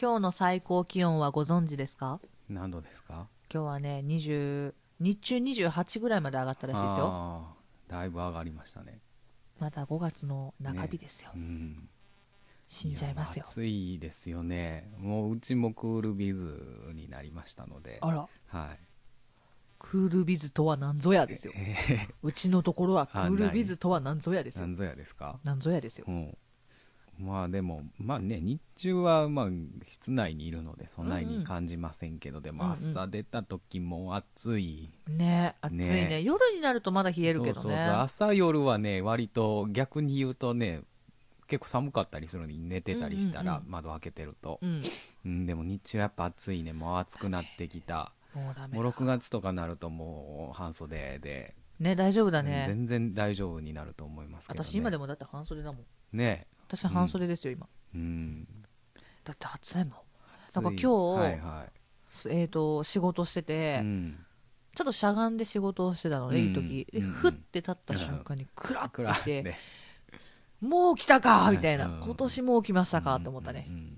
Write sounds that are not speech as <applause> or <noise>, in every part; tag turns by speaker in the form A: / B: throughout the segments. A: 今日の最高気温はご存知ですか
B: 何度ですか
A: 今日はね、20、日中28ぐらいまで上がったらしいですよ。
B: あーだいぶ上がりましたね
A: まだ5月の中日ですよ。
B: うん
A: 死んじゃいますよ
B: や。暑いですよねもううちもクールビズになりましたので
A: あら、
B: はい
A: クールビズとは何ぞやですよ。
B: えー
A: うちのところはクールビズとは何ぞやです
B: な
A: よ
B: ん。ぞやですか
A: 何ぞやですよ
B: う。んまあでもまあね日中はまあ室内にいるのでそんな
A: うんう
B: に
A: ん
B: 感じませんけど、で
A: うん
B: も
A: うん
B: 朝出た時も暑い、
A: ねえ、暑いね
B: ね
A: 夜になるとまだ冷えるけど
B: そうそう
A: ね。
B: そう朝夜はね割と逆に言うとね結構寒かったりするのに寝てたりした
A: うんうん
B: ら
A: う
B: 窓開けてると、
A: うん。
B: うん、でも日中やっぱ暑いねもう暑くなってきた
A: もうダメ
B: もう
A: だ。
B: 6月とかなるともう半袖で、
A: ね、大丈夫だね。
B: 全然大丈夫になると思いますけど、ね、
A: 私今で
B: も
A: もだって半袖だもん。
B: ね
A: 私半袖ですよ、今。
B: うん
A: だって暑いもん。
B: 暑い
A: なんか今日
B: はいはい
A: すえっ、と、仕事してて、
B: うん
A: ちょっとしゃがんで仕事をしてたのね、いい時。で、
B: うんうん
A: ふって立った瞬間に、クラ
B: 暗
A: ッ
B: い
A: てきて、
B: ね
A: もう来たかみたい
B: うん
A: な
B: う。ん
A: 今年もう来ましたかと思った
B: う
A: ね。
B: んうんうん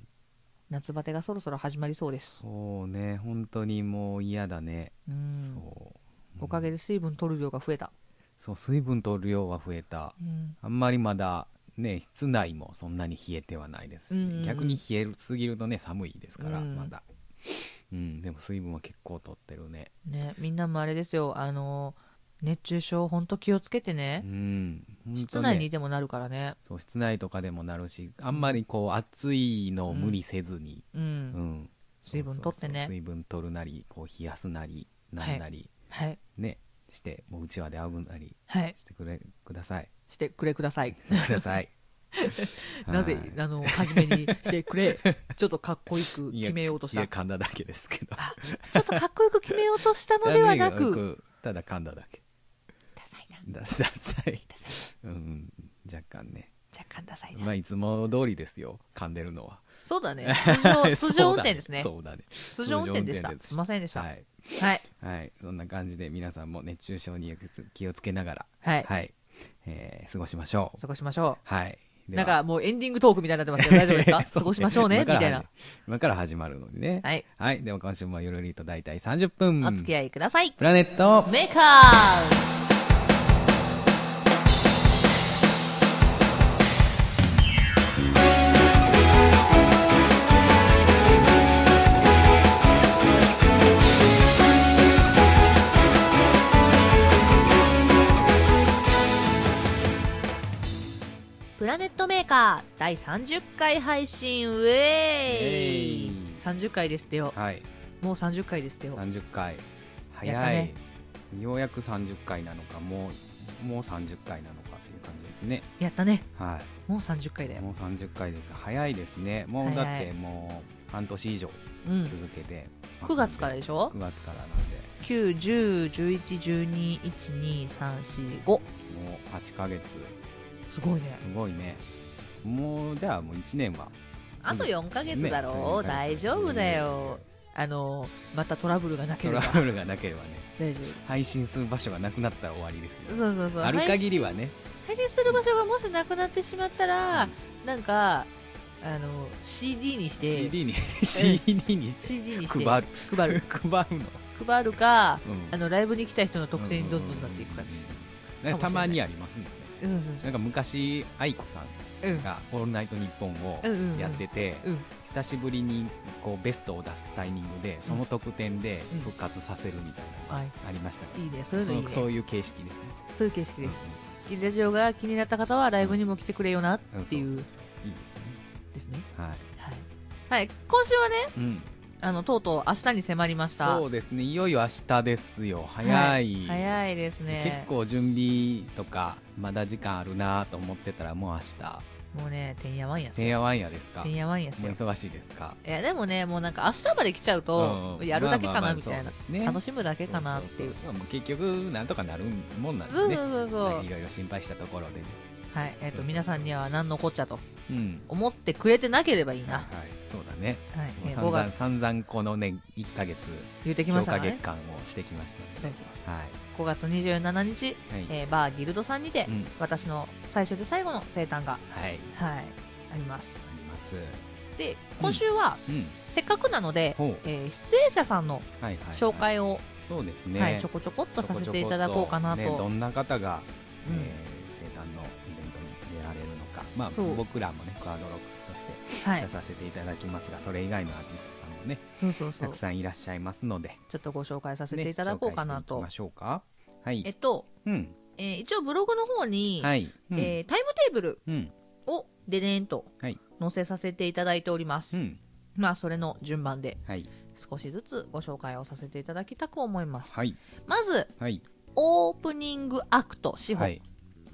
A: 夏バテがそろそろ始まりそうです。
B: そうね本当にもう嫌だね、
A: うん。
B: そう
A: おかげ
B: で
A: で水分取る量が増えた。
B: そう水分と量は増えた
A: うん。
B: あんまりまだね室内もそんなに冷えてはないですし、
A: うんうんうん
B: 逆に冷えるすぎるとね寒いですから、
A: うん
B: まだうんでも水分は結構取ってるね
A: ね、みんなもあれですよ、あの、熱中症、ほんと気をつけて
B: う
A: ね。
B: んほんとね
A: 室内にいてもなるからね。
B: そう室内とかでもなるしあんまりこう暑いのを無理せずに、
A: う
B: うん
A: ん。水分
B: そう
A: 取っ
B: そ
A: て
B: う
A: ね。
B: 水分取るなりこう冷やすなりなんなり、
A: はい。
B: ねしてもううちわであぶなり
A: はい。
B: してくれください
A: してくれください。
B: ください
A: <laughs> なぜ
B: はい、
A: あの、初めにしてく
B: <laughs>
A: れ。ちょっとかっこよく
B: いや
A: 決めようとし
B: いや
A: た。
B: 噛んだだけですけど
A: あちょっとかっこよく決めようとしたのではな
B: いや
A: く、
B: ただ噛んだだけ
A: ダサいな。
B: だダサ
A: <laughs>
B: い
A: ダサい。
B: うん若干ね
A: 若干ダサい
B: ま
A: な。
B: あいつも通りですよ噛んでるのは
A: そうだ
B: <laughs>
A: ね。通常、通常運転ですね。
B: そうだね
A: 通常運転でし
B: 通常運転
A: た。
B: です
A: すいませんでした。
B: は
A: はい。
B: い
A: はい。
B: はいそんな感じで皆さんも熱中症に気をつけながら
A: はい
B: えー過ごしましょう
A: 過ごしましょ
B: はいで
A: う。
B: は
A: なんかもうエンディングトークみたいになってますけど、大丈夫ですか
B: <laughs> そう
A: 過ごしましょうね、み
B: 今から
A: たいな。
B: 今から始まるのでね
A: はい。
B: はいでは今週もゆるりと大体30分
A: お付き合いください。
B: プラネット
A: メーカープラネットメーカー第30回配信ウェーイ
B: イェーイ
A: 30回ですってよ
B: はい
A: もう30回ですってよ
B: 30回早い
A: やったね
B: ようやく30回なのかもうもう30回なのかっていう感じですね
A: やったね
B: は
A: もう30回だ
B: い
A: よ
B: もう30回です早いですねも
A: は
B: う
A: いは
B: だ
A: い
B: ってもう半年以上
A: うん
B: 続けて、
A: 9月からでしょ
B: 9月からなんで
A: 91011121234
B: もう8ヶ月
A: すごいね
B: すごいねもうじゃあもう1年は
A: あと4ヶ月だろう、
B: ね
A: 大丈夫だよ、あのまたトラブルがなけ
B: ト
A: れ
B: ラ
A: ば
B: ブルがなければね
A: 大丈夫
B: 配信する場所がなくなったら終わりですね
A: そうそうそう
B: ある限りは
A: 配
B: ね
A: 信配信する場所がもしなくなってしまったら、なんかあの CD にして
B: CD に CD に
A: CD にして
B: 配る
A: 配る
B: 配るの
A: 配るか
B: うん
A: あのライブに来た人の特典にどんどんなっていく感じ、
B: うんなんかたまにありますもんね
A: そうそうそ
B: な
A: う
B: んか昔愛子さん
A: うんうん
B: が「オールナイトニッポン」を
A: うんうんうん
B: やってて、久しぶりにこうベストを出すタイミングでその特典で
A: うん
B: 復活させるみたいな
A: は
B: のがありましたね、
A: いいいねそういうのいいね
B: そそういう形式ですね
A: そういう形式ですラジオが気になった方はライブにも来てくれよなっ
B: うん
A: てい
B: そうそそいいですね
A: ですね。
B: はい、
A: はい。はい、今週はね、
B: うん、
A: あの、とうとう明日に迫りました。
B: そうですねいよいよ明日ですよ早い、
A: 早いですね
B: 結。構準備とかまだ時間あるなと思ってたらもう明日
A: もうね、てんやわんやっす
B: てん
A: よ。
B: やわんやですか
A: てんやわんやっす
B: もう
A: よ。
B: 忙しいですか
A: いや、でもね、もうなんか明日まで来ちゃうと、
B: うん
A: やるだけか
B: まあま
A: な
B: あまあ
A: みたいな
B: そう。ですね
A: 楽しむだけかなっていう。
B: そそそもう結局なんとかなるもんなんで
A: そ
B: す
A: う
B: ね
A: そうそうそう。
B: いろいろ心配したところでね
A: はい。えっ、
B: そうそうそ
A: と、
B: う
A: 皆さんには何のこっちゃと
B: うん
A: 思ってくれてなければいいな。
B: は
A: はい
B: そうだね
A: い。
B: もう
A: えー5
B: 散々
A: 月
B: 散々このね1ヶ月
A: 言ってきま
B: 強
A: したか
B: 化
A: らね。
B: 月間をしてきましたので
A: そうそうそ。
B: はいう
A: 5月27日、
B: はい、
A: えーバーギルドさんにて、
B: うん
A: 私の最初で最後の生誕が、
B: はい
A: はい、あります。
B: あります
A: で、今週は
B: うん、
A: せっかくなので、
B: ほう
A: えー出演者さんの
B: はいはい、はい、
A: 紹介を、
B: そうです
A: はい
B: ね、
A: ちょこちょこっとさせていただこうかなと
B: ちょこちょこっね、どんな方が、
A: うん
B: えー生誕のイベントに出られるのか、まあ
A: そう、
B: 僕らもねクアドロックスとして
A: はい
B: 出、させていただきますが、それ以外のアーティストさんもね
A: そうそうそ
B: た
A: う
B: くさんいらっしゃいますので
A: ちょっとご紹介させて
B: ね
A: いただこうかなと、
B: 紹介していきましょうかはい
A: えっと、
B: うん
A: えー一応ブログの方に、
B: はいうん
A: えータイムテーブル
B: うん
A: をででんと
B: はい
A: 載せさせていただいておりま
B: う
A: す、
B: ん
A: まあそれの順番で
B: はい
A: 少しずつご紹介をさせていただきたく思います、
B: はい
A: まず
B: はい
A: オープニングアクト志保、
B: はい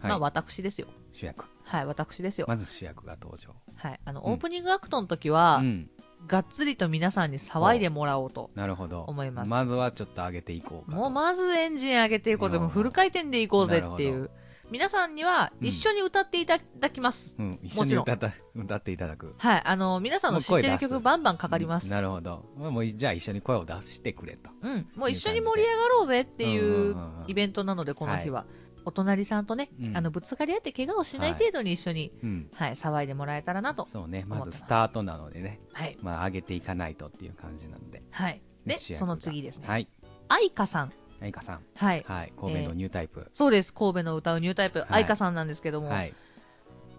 A: まあ
B: はい
A: 私ですよ
B: 主役
A: はい私ですよ、
B: まず主役が登場
A: はいあの
B: うん
A: オープニングアクトの時は、
B: うん
A: がっつりと皆さんに騒いでもらおうと
B: なるほど
A: 思います
B: まずはちょっと上げていこうかと
A: もうまずエンジン上げていこうぜ、
B: うん
A: もうフル回転でいこうぜってい
B: なる
A: う皆さんには一緒に歌っていただきます、
B: うん一緒
A: も
B: に
A: ちろん
B: 歌った <laughs> 歌っていただく
A: はいあの皆さんの知って
B: もう声
A: る
B: 出す
A: 曲バンバンかかります
B: なるほどもうじゃあ一緒に声を出してくれと
A: うん、もう一緒に盛り上がろうぜっていうイベントなので、この日は。お隣さんとね、
B: うん
A: あのぶつかり合って怪我をしない程度に一緒に、
B: うん
A: はい騒いでもらえたらなと。
B: そうね
A: 思っ
B: ま
A: て
B: ず
A: ます
B: スタートなのでね
A: はい。
B: まあ上げていかないとっていう感じなんで
A: はい、で、
B: 主役
A: そ
B: が
A: の次ですね。
B: はい
A: 愛花さん。
B: 愛花さん
A: はい。
B: はい神戸のニュータイプ
A: そうです。神戸の歌うニュータイプ、
B: い
A: 愛花さんなんですけども、
B: はい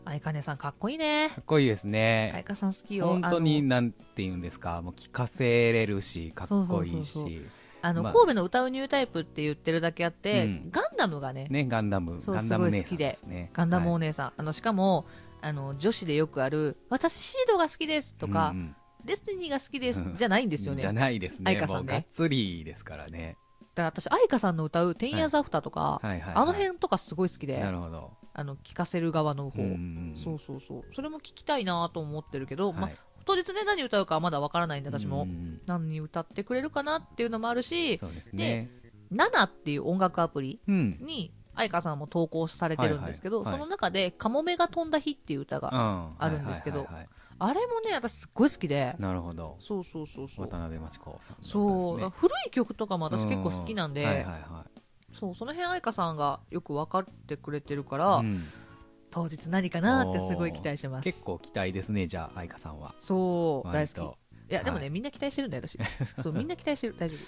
A: 愛花姉さんかっこいいね。
B: かっこいいです
A: 愛
B: ね
A: 花さん好きよ。
B: 本当に
A: あの
B: なんて言うんですかもう聞かせれるしかっこいい
A: そうそうそう
B: し
A: あの
B: まあ
A: 神戸の歌うニュータイプって言ってるだけあって、
B: うん
A: ガンダムがね、
B: ねガンダム
A: そう
B: ガンダム姉
A: すご
B: さ
A: い好き
B: ん
A: で
B: ですね
A: ガンダムお
B: ね
A: 姉さん。あのしかもあの女子でよくある、私シードが好きですとか、デスティニーが好きです、
B: うん
A: じゃないんですよね。
B: じゃないです
A: 愛
B: ね
A: 花さ
B: も
A: ん
B: う
A: ね
B: がっつりですからね
A: だから私、愛花さんの歌う、10 years after とか、
B: はいはいはい
A: あの辺とかすごい好きで、
B: なるほど
A: あの、聴かせる側の方、
B: うん
A: そうそうそう。それも聞きたいなと思ってるけど、ま
B: は
A: あ
B: い、
A: 当日ね、何歌うかはまだわからないんで、私も、
B: うんうん
A: 何歌ってくれるかなっていうのもあるし、
B: そうですね
A: ナナっていう音楽アプリ
B: うん
A: に、愛花さんも投稿されてるんですけど、
B: はいはいはい
A: その中で、カモメが飛んだ日っていう歌が、あ
B: あ
A: るんですけど
B: はいはいはいは
A: あれもね、私すっごい好きで
B: い、なるほど
A: そうそうそうそう。
B: 渡辺真知子さんだったんですね
A: そう、だから古い曲とかも私結構好きなんで、
B: うんはいはいは
A: そうその辺愛花さんがよく分かってくれてるから、
B: いうん
A: 当日何かなってすごい期待してます
B: 結構期待ですねじゃあ愛花さんは
A: そう大
B: 割と
A: 好きいやでもね、
B: は
A: みんな期待してるんだよ
B: <laughs>
A: 私そうみんな期待してる大丈夫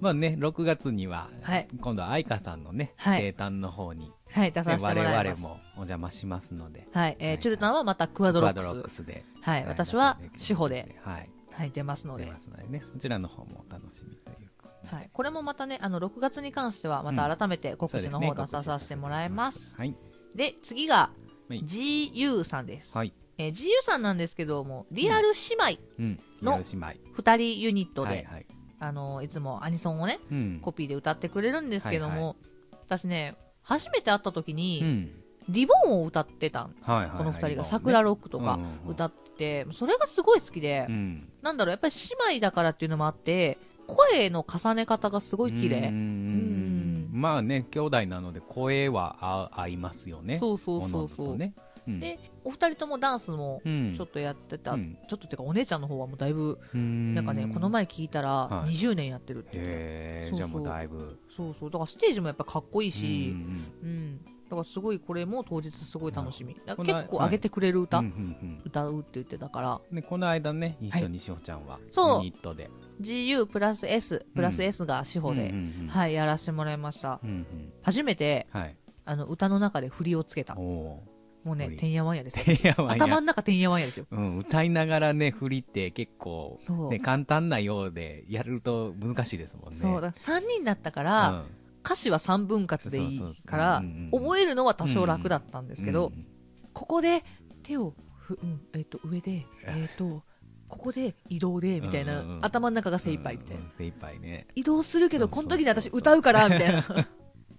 B: まあね6月には、
A: はい
B: 今度は愛花さんのね、
A: はい
B: 生誕の方に、ね、
A: はい出させても
B: 我
A: らいま
B: 々
A: す
B: もお邪魔しますので
A: はい、えーチュルタンはまたクアドロックス
B: クアで、
A: はい私は志保で、
B: はい、
A: はい、出ますの
B: 出
A: で
B: ますのでねそちらの方もお楽しみという感じで
A: はい、これもまたねあの6月に関してはまた改めて告
B: そうで
A: 知
B: す
A: の
B: ね
A: 方出させてもらいます,、で
B: はい
A: 次が
B: はい
A: GU さんです、
B: はい
A: えー GU さんなんですけどもリアル姉
B: うん
A: の
B: よろしまい
A: 妹2人ユニットで、
B: はいはい
A: あのいつもアニソンをね
B: うん
A: コピーで歌ってくれるんですけども、
B: はいは
A: 私ね初めて会った時
B: う
A: に
B: ん
A: 「リボン」を歌ってたん
B: はいはいはい
A: この二人が「桜ロック」とか
B: うんうんうん
A: 歌っててそれがすごい好きで、
B: うん
A: なんだろうやっぱり姉妹だからっていうのもあって声の重ね方がすごい綺
B: う
A: 麗
B: んまあね兄弟なので声は合合いますよねう
A: そうそうそうそう、
B: ねうん
A: でお二人ともダンスも
B: うん
A: ちょっとやってた、
B: うん
A: ちょっとっていうかお姉ちゃんの方はもうだいぶ
B: な
A: なんかねこの前聞いたら
B: はい
A: 20年やってるっていう、
B: へ
A: そ
B: え
A: うそ
B: じゃ
A: う
B: あもうだいぶ
A: そうそうだからステージもやっぱかっこいいし、
B: うんうん
A: うん、だからすごいこれも当日すごい楽しみ、だか
B: こ
A: ら
B: の
A: 結構上げてくれる歌、
B: うんうん
A: 歌うって言ってたから
B: うんでこの間ね一緒にしほちゃんは
A: そう
B: ユニットで
A: GU プラス S プラス S が志保で、
B: うんうんうん
A: はいやらせてもらいました
B: うんうん
A: 初めて
B: はい
A: あの歌の中で振りをつけた
B: お
A: も
B: お
A: うね
B: 振り
A: てんやわんやですよ
B: ー <laughs> いやまあいや
A: 頭の中てんやわんやですよ
B: うん歌いながらね振りって結構
A: そう、
B: ね簡単なようでやると難しいですもんね
A: そうだから3人だったから、
B: うん
A: 歌詞は3分割でい
B: そうそう
A: い
B: そう
A: から
B: うんうんうん
A: 覚えるのは多少楽だったんですけど、
B: うん
A: ここで手をふ、うんえっと上で、えっとここで移動でみたいな、
B: うんうんうん
A: 頭の中が精一杯みたいな、
B: うんうん精一杯ね
A: 移動するけど、
B: そう
A: こ
B: そう
A: の
B: そう
A: 時に私歌うから、みたいな。 <laughs>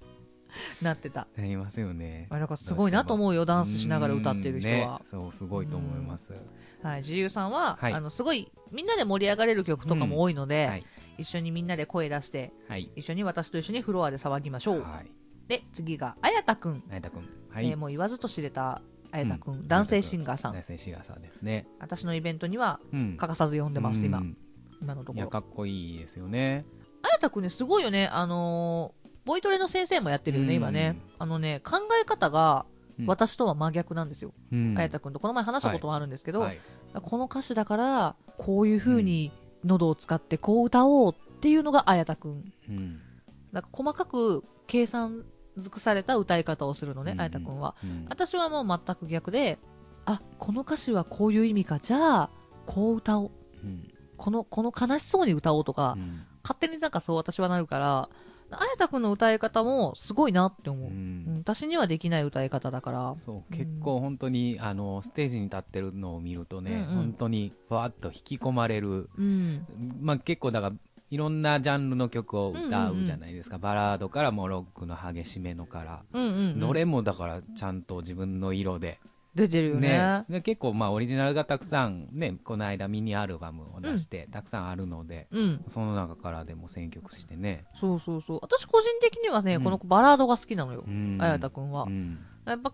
A: なってた。
B: なりますよね
A: あ、だからすごいなと思うよ、ダンスしながら歌ってる人
B: うん
A: は
B: ね。そうすごいと思います
A: はい、自由さんは、
B: はい
A: あの、すごい、みんなで盛り上がれる曲とかも多いので、
B: はい
A: 一緒にみんなで声出して、
B: はい
A: 一緒に私と一緒にフロアで騒ぎましょう。
B: はい
A: で、次が、あやたくん。
B: 成田君はい
A: えーもう言わずと知れた、あやたくん、
B: うん
A: 男性シンガーさん。
B: 大先生がさですね
A: 私のイベントには
B: うん
A: 欠かさず呼んでます、
B: う
A: 今。
B: ん
A: 今のと
B: い
A: こ
B: や
A: ろ。
B: かっこいいですよね
A: あやたくんね、すごいよね。あのーボイトレの先生もやってるよね、
B: うん
A: 今ね。あのね、考え方が
B: うん
A: 私とは真逆なんですよ。あやたくんとこの前話したことはあるんですけど、
B: はい
A: この歌詞だからこういう風に喉を使ってこう歌おうっていうのが綾田くん
B: うん
A: なんか細かく計算づくされた歌い方をするのね、
B: うん
A: 綾田くんは
B: うん
A: 私はもう全く逆であこの歌詞はこういう意味かじゃあこう歌おう
B: うん
A: このこの悲しそうに歌おうとか、勝手になんかそう私はなるから綾田くんの歌い方もすごいなって
B: う
A: 思う、
B: ん
A: うん私にはできない歌い方だから
B: そう結構本当にあのステージに立ってるのを見るとね、
A: うんうん
B: 本当にふわっと引き込まれる、
A: うん
B: まあ、結構だからいろんなジャンルの曲を歌うじゃないですか、バラードからもうロックの激しめのから、
A: うんうんうん
B: どれもだからちゃんと自分の色で、
A: 出てるよね
B: ねで結構まあオリジナルがたくさんねこの間ミニアルバムを出してたくさんあるので、
A: うん
B: その中からでも選曲してね、
A: そうそうそう私個人的にはね、
B: うん
A: このバラードが好きなのよ
B: うん
A: 綾田くんは、
B: うん
A: やっぱ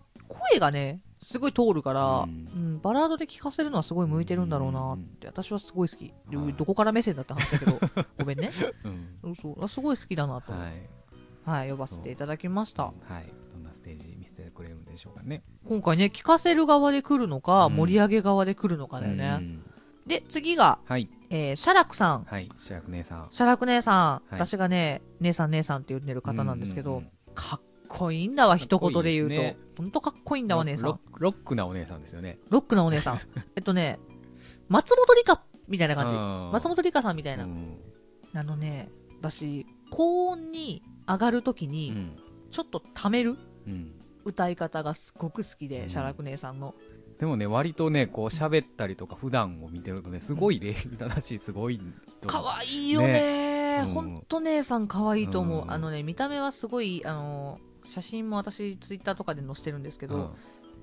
A: 声がねすごい通るから、
B: う
A: うんんバラードで聴かせるのはすごい向いてるんだろうなって、私はすごい好き、で
B: はい
A: どこから目線だった話だ
B: <laughs>
A: けどごめんね
B: うん
A: そうそうあすごい好きだなと思う
B: は、
A: はいい、呼ばせていただきました
B: はい、どんなステージ見せてくれるんでしょうかね。
A: 今回ね聴かせる側で来るのか、
B: うん
A: 盛り上げ側で来るのかだよ
B: う
A: ね、
B: ん
A: で次が、
B: はい、
A: えー、シャラクさん
B: はい、白く姉さん。
A: シャラク姉さん、
B: はい
A: 私がね姉さん姉さんって呼んでる方なんですけど、
B: うう
A: かっこいいんだわ一言で言う
B: かっこいいで
A: と
B: す
A: ほんとかっこいいん
B: うん
A: だわ姉さん
B: ロロックなお姉さんですよね。
A: ロックなお姉さ
B: <laughs>
A: ん。えっとね、松本里香みたいな感じ。松
B: 松
A: 本里香さんみたいな。
B: うん
A: あのね、私、高音に上がるとき
B: う
A: に、
B: ん
A: ちょっと溜める
B: うん
A: 歌い方がすごく好きで、
B: うん
A: シャラク姉さんの。
B: でもね、割とね、こう喋ったりとか、普段を見てるとね、すごい礼儀正しい、すごい人。
A: かわいいよね
B: ねうん
A: ほんと姉さんかわいいと思う。
B: うん
A: あのね、見た目はすごい、あの、写真も私、ツイッターとかで載せてるんですけ
B: う
A: ど、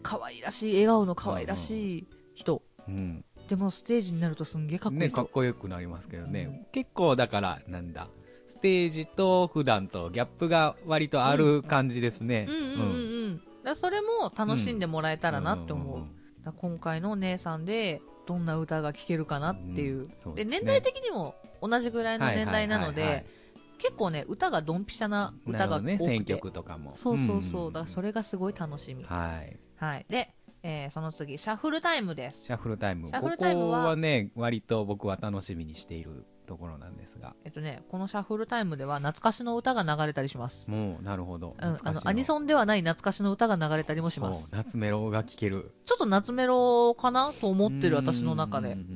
A: 可愛らしい、笑顔の可愛らしい人。
B: ん
A: でも、ステージになるとすんげえか
B: う
A: っ
B: ん
A: こいい
B: ね、
A: 人。
B: かっこよくなりますけど
A: う
B: ね。結構だから、なんだ、ステージと普段とギャップが割とある感じですね。
A: うんうんうんうん。だからそれも楽しんでもらえたらなって思う。
B: んんん
A: だから今回の姉さんでどんな歌が聴けるかなっていう,、
B: うんそうで
A: です
B: ね
A: 年代的にも同じぐらいの年代なので、
B: はいはいはいはい
A: 結構ね歌がドンピシャな歌が多く
B: なる
A: て
B: ほどね、選曲とかも。
A: そうそうそう、
B: ん
A: だからそれがすごい楽しみ、
B: はい。
A: はい、で、えーその次シャッフルタイムです、
B: シャッフルタイム。
A: シャッフルタイム
B: こ
A: は
B: こはね、割と僕は楽しみにしているところなんですが。
A: えっとね、このシャッフルタイムでは懐かしの歌が流れたりします、
B: もう、なるほど。
A: うん、あ
B: 懐か
A: の
B: しの
A: アニソンではない懐かしの歌が流れたりもしま
B: おう
A: す
B: 夏メロが聴ける。
A: ちょっと夏メロかなと思ってる私の中で
B: う
A: うんん
B: うん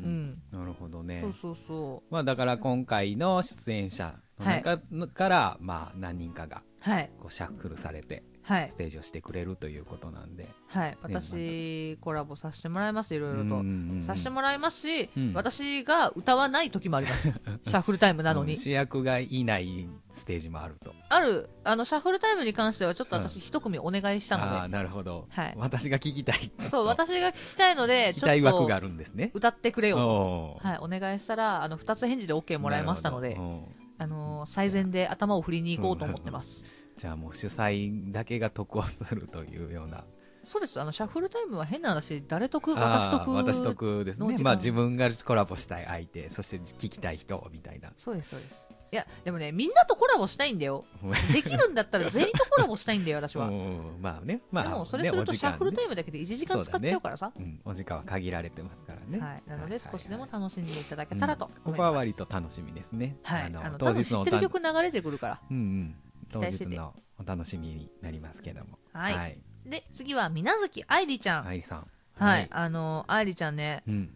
B: うんなるほどね。
A: そうそうそう
B: まあ、だから今回の出演者の中のから、まあ、何人かが
A: はい
B: こうシャッフルされて、
A: はい
B: ステージをしてくれるということなんで。
A: はい、
B: また
A: 私、コラボさせてもらいます、いろいろと。させて
B: ら
A: もらいますし、
B: うん
A: 私が歌わない時もあり
B: <laughs>
A: ます。シャッフルタイムなのに。
B: 主役がいないステージもあると。
A: ある、あの、シャッフルタイムに関しては、ちょっと
B: う
A: 私、一組お願いした
B: ああ
A: の
B: ー、なるほど。
A: はい
B: 私が聞きたい。
A: で、そう、私が聞きたいので、
B: <laughs> 聞き
A: ち
B: たい
A: ょっ
B: 枠があ
A: と
B: るんですね。
A: 歌ってくれよ。
B: おー
A: はい、お願いしたら、あの、二つ返事で OK もらいましたの
B: な
A: で
B: る、ほどうん
A: あのー、最善で頭を振りに行こうと思ってます。
B: じゃあもう主催だけが得をするというような。
A: そうです、あの、シャッフルタイムは変な話、誰得私
B: あ
A: 得
B: ー私得です
A: の
B: ね
A: 時。間
B: まあ自分がコラボしたい相手、そして聞きたい人みたいな。
A: そうです、そうです。いや、でもね、みんなとコラボしたいんだ <laughs> よ。できるんだったら全員とコラボしたいんだよ、私は。
B: うんまあね、ま
A: で
B: あ、
A: もそれするとシャッフルタイムだけで1時間使っちゃうからさ、
B: イム、ねうんお時間は限られてますからね。
A: はい、なので少しでも
B: はい
A: 楽しんでいただけ
B: はい
A: たらと
B: うんこ
A: 思います、
B: こは割と楽しみですね。
A: はいあ
B: あ
A: の
B: の、
A: 多
B: 当
A: 分
B: 日
A: 知
B: の
A: っ
B: お
A: て
B: た
A: る曲流れてくるから
B: うんうん。当
A: 待して
B: 日
A: て
B: のお楽しみになりますけども。
A: はい
B: はい。
A: で次は水無月愛梨ちゃんはい、
B: 愛理さん。
A: あの愛梨ちゃんね
B: うん。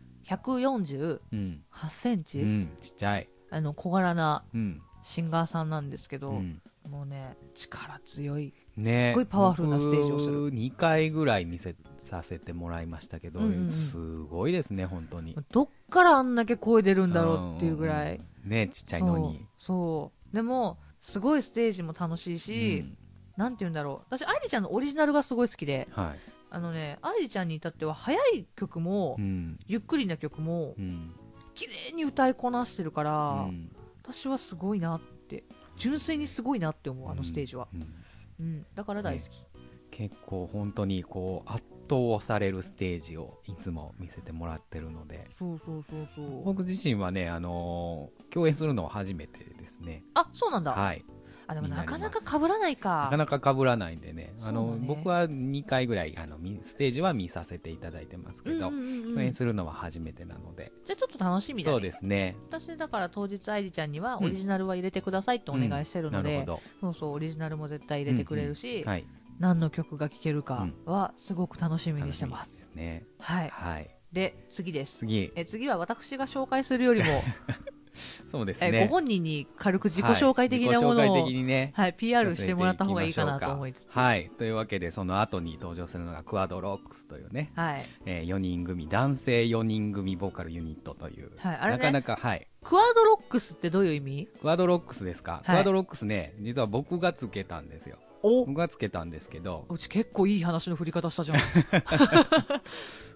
A: 148
B: うん。
A: センチ、
B: うん。ちっちゃい。
A: あの小柄な
B: うん。
A: シンガーさんなんですけど、
B: うん
A: もうね力強い
B: ね、
A: すごいパワフルなステージをする
B: 2回ぐらい見せさせてもらいましたけど、
A: うんうん
B: すごいですね本当に
A: どっからあんだけ声出るんだろうっていうぐらい、
B: んうんねちっちゃいのに
A: そうそうでもすごいステージも楽しいし、なんて言うんだろう私愛梨ちゃんのオリジナルがすごい好きで
B: うんはい
A: あのね、愛理ちゃんに至っては早い曲も、
B: うん
A: ゆっくりな曲も
B: うん
A: 綺麗に歌いこなしてるから、
B: うん
A: 私はすごいなって純粋にすごいなって思うあのステージは、
B: うん
A: うんだから大好き、
B: 結構本当にこう圧倒されるステージをいつも見せてもらってるので
A: そうそうそうそう
B: 僕自身はね、あのー共演するのは初めてですね
A: あそうなんだ、
B: はい
A: あでも
B: にな
A: な
B: りま
A: か
B: す
A: なか被らない
B: なか
A: か
B: なか被らないんでねあ
A: そう
B: の
A: だね
B: 僕は2回ぐらいあの見ステージは見させていただいてますけど、
A: うんうんうんうん
B: 共演するのは初めてなので、
A: じゃあちょっと楽しみだね
B: そうですね
A: 私だから当日愛理ちゃんには
B: うん
A: オリジナルは入れてくださいってお願いしてるの
B: な
A: で、
B: るほ
A: そうそうオリジナルも絶対入れてくれるし、
B: どはい
A: 何の曲が聴けるかはすごく楽しみにしてま、
B: 楽みですすね
A: はい
B: はい
A: で次です
B: 次
A: え次は私が紹介するよりも、
B: そうです
A: え
B: ね
A: ご本人に軽く自己紹介的な
B: はい
A: ものを、
B: 自己
A: は
B: 紹介的
A: い
B: にね
A: PR してもらった方がいいかなと思いつつ、はい
B: はいというわけでその後に登場するのがクワドロックスというね、
A: はい
B: え4人組男性4人組ボーカルユニットという、
A: はいあれね
B: なかなかはい
A: クワードロックスってどういう意味
B: クワドロックスですか、
A: い
B: クワドロックスね実は僕がつけたんですよ
A: お
B: 僕がつけたんですけど
A: うち結構いい話の振り方したじゃん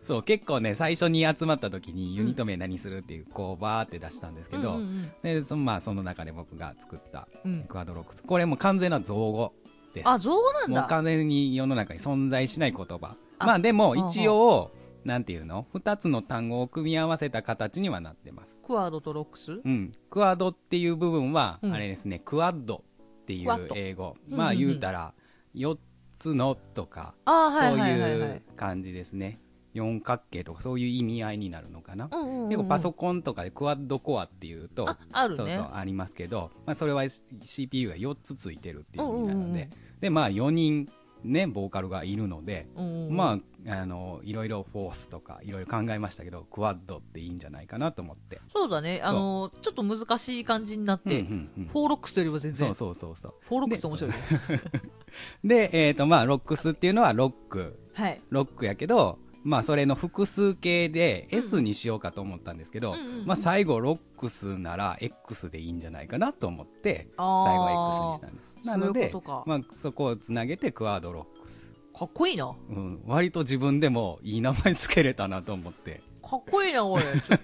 B: そう結構ね最初に集まった時にユニット名何するっていうこうバーって出したん <laughs> ですけど、
A: うんうん
B: でそのまあその中で僕が作った
A: うんうん
B: クワドロックスこれもう完全な造語です
A: あ造語なん
B: もう
A: だ
B: 完全に世の中に存在しない言葉
A: あ
B: まあでも一応なんていうの二つの単語を組み合わせた形にはなってます
A: クワードとロックス
B: うんクワドっていう部分は
A: うん
B: あれですね、クワッドってい
A: クワッ
B: う
A: ド
B: 英語
A: うん
B: まあ
A: うんうん
B: 言うたら四つのとか
A: ああ
B: そ
A: は
B: う
A: いはいはい
B: い
A: は
B: う
A: い
B: 感じですね四角形とかそういう意味合いになるのかな
A: うんうんうんうん
B: 結構パソコンとかでクワッドコアっていうと
A: ああるね
B: そうそうありますけど、まあ、それは CPU が4つついてるっていう意味な
A: うん
B: の
A: うんう
B: で
A: ん
B: でまあ4人ねボーカルがいるので
A: うんうん
B: まああのいろいろフォースとかいろいろ考えましたけどクワッドっていいんじゃないかなと思って、
A: そうだね
B: う
A: あのちょっと難しい感じになって、
B: うんうんうん
A: フォーロックスよりは全
B: そ
A: 然
B: うそうそうそう
A: フォーロックス面白いね
B: でえっ、とまあロックスっていうのはロック
A: はい
B: ロックやけどまあそれの複数形で
A: うん
B: S にしようかと思ったんですけど、
A: うんうんうん
B: まあ最後ロックスなら X でいいんじゃないかなと思って
A: あー
B: 最後は X にしたんですなの
A: そうい
B: で
A: うことか
B: まあ、そこをつなげてクワードロックス、
A: かっこいいな
B: うん、割と自分でもいい名前つけれたなと思って
A: かっこいいなお
B: <laughs>
A: いちょっ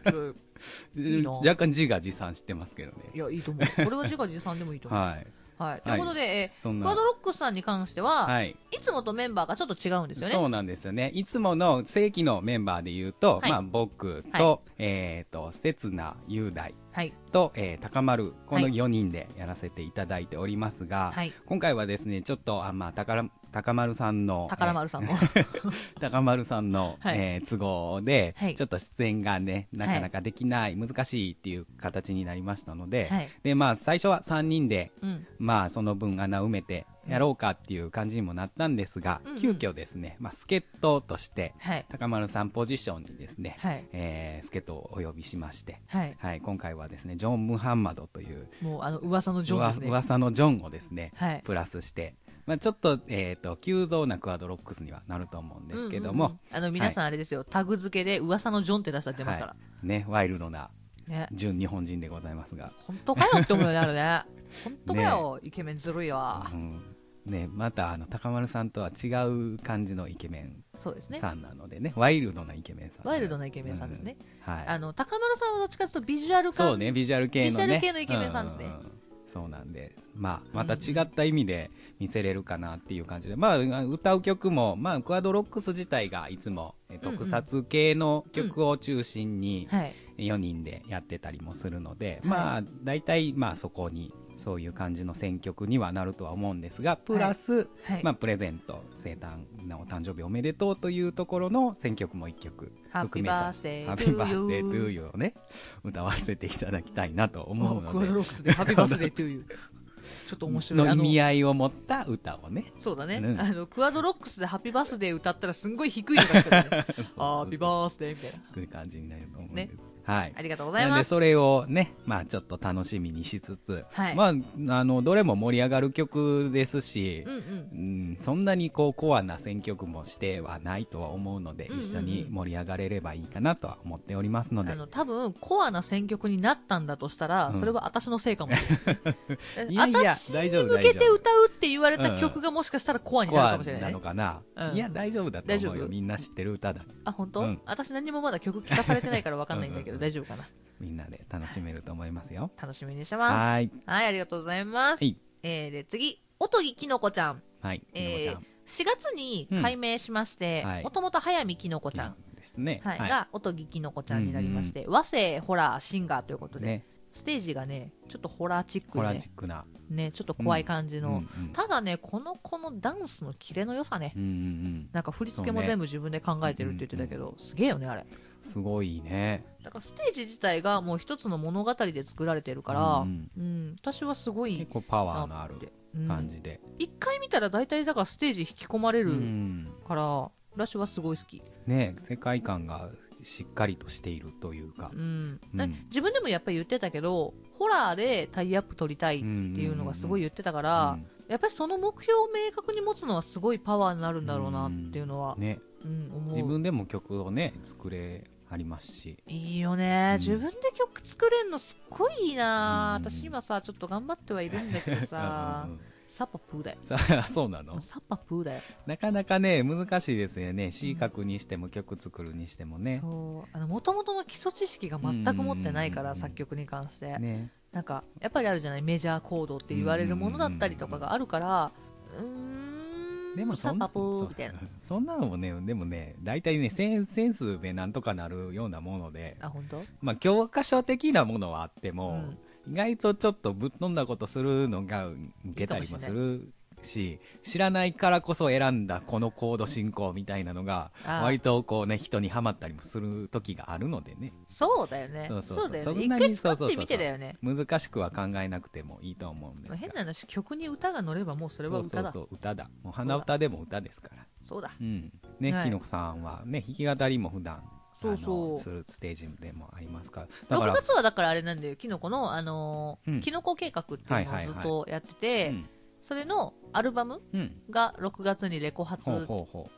A: といいな
B: 若干自画自賛してますけど
A: い
B: ね
A: やいいと思うこれは自画自賛でもいいと思う
B: はい
A: はい、ということで、え
B: そん
A: ー、
B: な
A: クワドロックスさんに関しては、、
B: はいい
A: つもとメンバーがちょっと違うんですよね。
B: そうなんですよね。いつもの正規のメンバーで言うと、
A: はい
B: まあ僕と、
A: は
B: えっ、と、刹那雄大
A: はい、
B: と、えー高丸、こ
A: は
B: の
A: い
B: 4人でやらせていただいておりますが、
A: はい
B: 今回はですね、ちょっと、あまあ、高ら高丸さんの、
A: 宝丸さんも。
B: えー高丸さんの、
A: はい
B: えー都合で、
A: はい
B: ちょっと出演がね、なかなかできない、難しいっていう形になりましたので、
A: <laughs> はい
B: で、まあ、最初は3人で、
A: うん、
B: まあ、その分穴埋めてやろうかっていう感じにもなったんですが、
A: うんうん
B: 急遽ですね、まあ、助っ人として、
A: はい、
B: 高丸さんポジションにですね、
A: はい、
B: えー、助っ人をお呼びしまして、
A: はい、
B: はい、今回はですね、ジョン・ムハンマドという、
A: もうあの噂のジョン
B: わ
A: ですね。
B: 噂のジョンをですね、
A: はい、
B: プラスして、まあ、ちょっと、えっ、と、急増なクワドロックスにはなると思うんですけども、
A: うんうんうんあの皆さんあれですよ、タグ付けで噂のジョンって出したってますから。
B: はいね、ワイルドな
A: ね、
B: 純日本人でございますが、
A: 本当かよって思うよね、あれね。本当かよ、イケメンずるいわ
B: う。んね、またあの高丸さんとは違う感じのイケメン
A: そうですね。
B: さんなのでねワイルドなイケメンさん
A: ワイルドなイケメンさんですね。、
B: うんはい
A: あの高丸さんはどっちかというとビジュアル感
B: そうねビジュアル系のね
A: ビジュアル系のイケメンさんですね
B: うううそうなんで、まあ、また違った意味で見せれるかなっていう感じで、まあ、歌う曲も、まあ、クワドロックス自体がいつも、えっと
A: うんうん
B: 特撮系の曲を中心に
A: はい、
B: 4人でやってたりもするので、
A: はい
B: まあ大体まあそこにそういう感じの選曲にはなるとは思うんですがプラス、
A: はい
B: まあ、プレゼント生誕のお誕生日おめでとうというところの選曲も1曲
A: ハッピーバースデー
B: ハッピーバースデー
A: to
B: to
A: you
B: you をね歌わせていただきたいなと思
A: も
B: う
A: う
B: の
A: クワ
B: で
A: ドロックスでハッピーバースデーと
B: <laughs>
A: いう。ちょっと面白い。
B: の
A: あ
B: 意
A: の
B: 味合いを持った歌をね
A: そうだね、
B: うん
A: あのクワドロックスで「ハッピーバースデー」歌ったらすんごい低いのが来てるね
B: <laughs> そうそうそう
A: ハッピーバースデーみたいな
B: く感じになると思うんで
A: ね
B: す、はい
A: ありがとうござい
B: なん
A: ま
B: ですそれをね、まあ、ちょっと楽しみにしつつ、
A: はい
B: まあ、あのどれも盛り上がる曲ですし
A: うん、うん
B: うんそんなにこうコアな選曲もしてはないとは思うので、
A: うんうんうん
B: 一緒に盛り上がれればいいかなとは思っておりますので
A: あの多分コアな選曲になったんだとしたら、
B: うん
A: それは私のせいかもしれない
B: <laughs> いやいや
A: 私
B: 大
A: に
B: 丈夫
A: 向けて歌うって言われた曲がもしかしたらコアに
B: コ
A: なるか
B: ア
A: もしれな、
B: ないの
A: ね、
B: かな、
A: うん
B: いや大丈夫だと思う
A: 大丈
B: よ
A: 夫
B: みんな知ってる歌だ
A: あ本当、
B: うん
A: 私何もまだ曲聞かされてないから分かんないんだけ
B: うんうんう
A: ど
B: ん
A: 大丈夫かな
B: みんなで楽しめると思いますよ
A: 楽しみにしてます
B: はい
A: はいありがとうございます、
B: はい
A: えー、で次おとぎきのこちゃん
B: はい
A: え
B: みの
A: ー
B: こちゃん、
A: 4月に改名しまして
B: うんはい
A: もともと早見きのこちゃん
B: ですね
A: はい、
B: はい
A: が音木きのこちゃんになりまして、和製ホラーシンガーということで、
B: ね
A: ステージがねちょっとホラーチック
B: ホ
A: で
B: ラ
A: ね
B: ーチックな。
A: ねちょっと怖い感じの、
B: うんうん
A: ただねこの子のダンスのキレの良さね
B: うんうん
A: なんか振り付けも
B: そうね
A: 全部自分で考えてるって言ってたけど、すげえよねあれ
B: うん、すごいね。
A: だからステージ自体がもう一つの物語で作られてるから、
B: う
A: うん
B: ん
A: 私はすご
B: うん、
A: い
B: 結構パワーの
A: な
B: あ
A: っ
B: る
A: てうん
B: 感じで。
A: 一回見たら大体だからステージ引き込まれ
B: う
A: る
B: ん
A: から、私はすごい好き、
B: ね世界観がしっかりとしているというか
A: う。ん
B: うん
A: だ自分でもやっぱり言ってたけどホラーでタイアップ取りたいっ
B: って
A: いうのがすごい言ってたから、
B: うん
A: やっぱりその目標を明確に持つのはすごいパワーになるんだろうなっていうのは、
B: ね、
A: うん思う
B: 自分でも曲をね作れありますし、
A: いいよね、
B: うん
A: 自分で曲作れるのすっごいいいな、
B: うん
A: 私今さちょっと頑張ってはいるんだけどさ
B: <laughs> うんうんうん
A: サパプーだよ
B: さあそうなの
A: サパプーだよ、
B: なかなかね難しいですよね詞書くにしても曲作るにしてもね
A: そうあの元々の基礎知識が全く持ってないか
B: うんうん
A: ら
B: うんうん
A: 作曲に関して、
B: ね
A: なんかやっぱりあるじゃないメジャーコードって言われるものだったりとかがあるからうーん
B: でもそ
A: サ
B: んな
A: パプーみたいな
B: そう <laughs> そんなのもねでもね大体ねセンセンスでなんとかなるようなもので
A: あ本当
B: まあ教科書的なものはあって
A: う
B: も
A: ん、
B: 意外とちょっとぶっ飛んだことするのが受けたりもするし知らないからこそ選んだこのコード進行みたいなのが
A: あー
B: 割とこうね人にはまったりもする時があるのでね
A: そうだよね
B: そうそうそう
A: そうだよね
B: そんな
A: 一回
B: に
A: 作ってみてだよね
B: 難しくは考えなくてもいいと思うんです
A: まあ
B: が
A: 変な話曲に歌が乗ればもうそれは歌だ
B: そ
A: そう
B: うそうそう歌だもう鼻歌でも歌ですから
A: だ
B: うんね、
A: はい
B: きのこさんはね弾き語りも普段
A: そうそう
B: あのするステージでもありますからだか
A: 6
B: ら
A: 月はだからあれなんだよ、キノコの、あのー
B: うん
A: キノコ計画っていうのをずっとやってて、
B: うん
A: それのアルバム
B: うん
A: が6月にレコ発、
B: ほうほうほ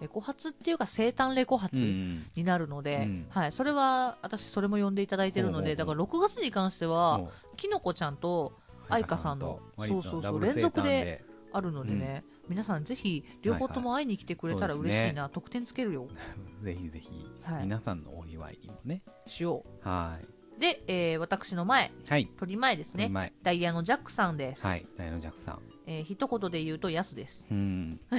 A: レコ発っていうか生誕レコ
B: う、
A: 発
B: うん、
A: になるので、
B: うん
A: はい、それは私それも呼んでいただいてるので、
B: ほう
A: だ
B: ほ
A: か
B: う
A: ら6月に関しては、
B: もう
A: キノコちゃんと愛花さんの
B: 愛花さ
A: そうそう
B: んと割と
A: そう
B: ダブル生誕で
A: あるのでね、皆さんぜひ両方とも会いに来てくれたら
B: そう
A: 嬉
B: ですね
A: しいな、得点つけるよ、
B: ぜひぜひ
A: はい、
B: 皆さんのお祝いにもね
A: しよ。
B: はいう
A: で、えー私の前、
B: はい
A: 鳥前ですね、
B: 前
A: ダイヤのジャックさんです。
B: はいダイアナ・ジャックさん
A: えー一言で言うと、ヤスです。
B: うん
A: <laughs>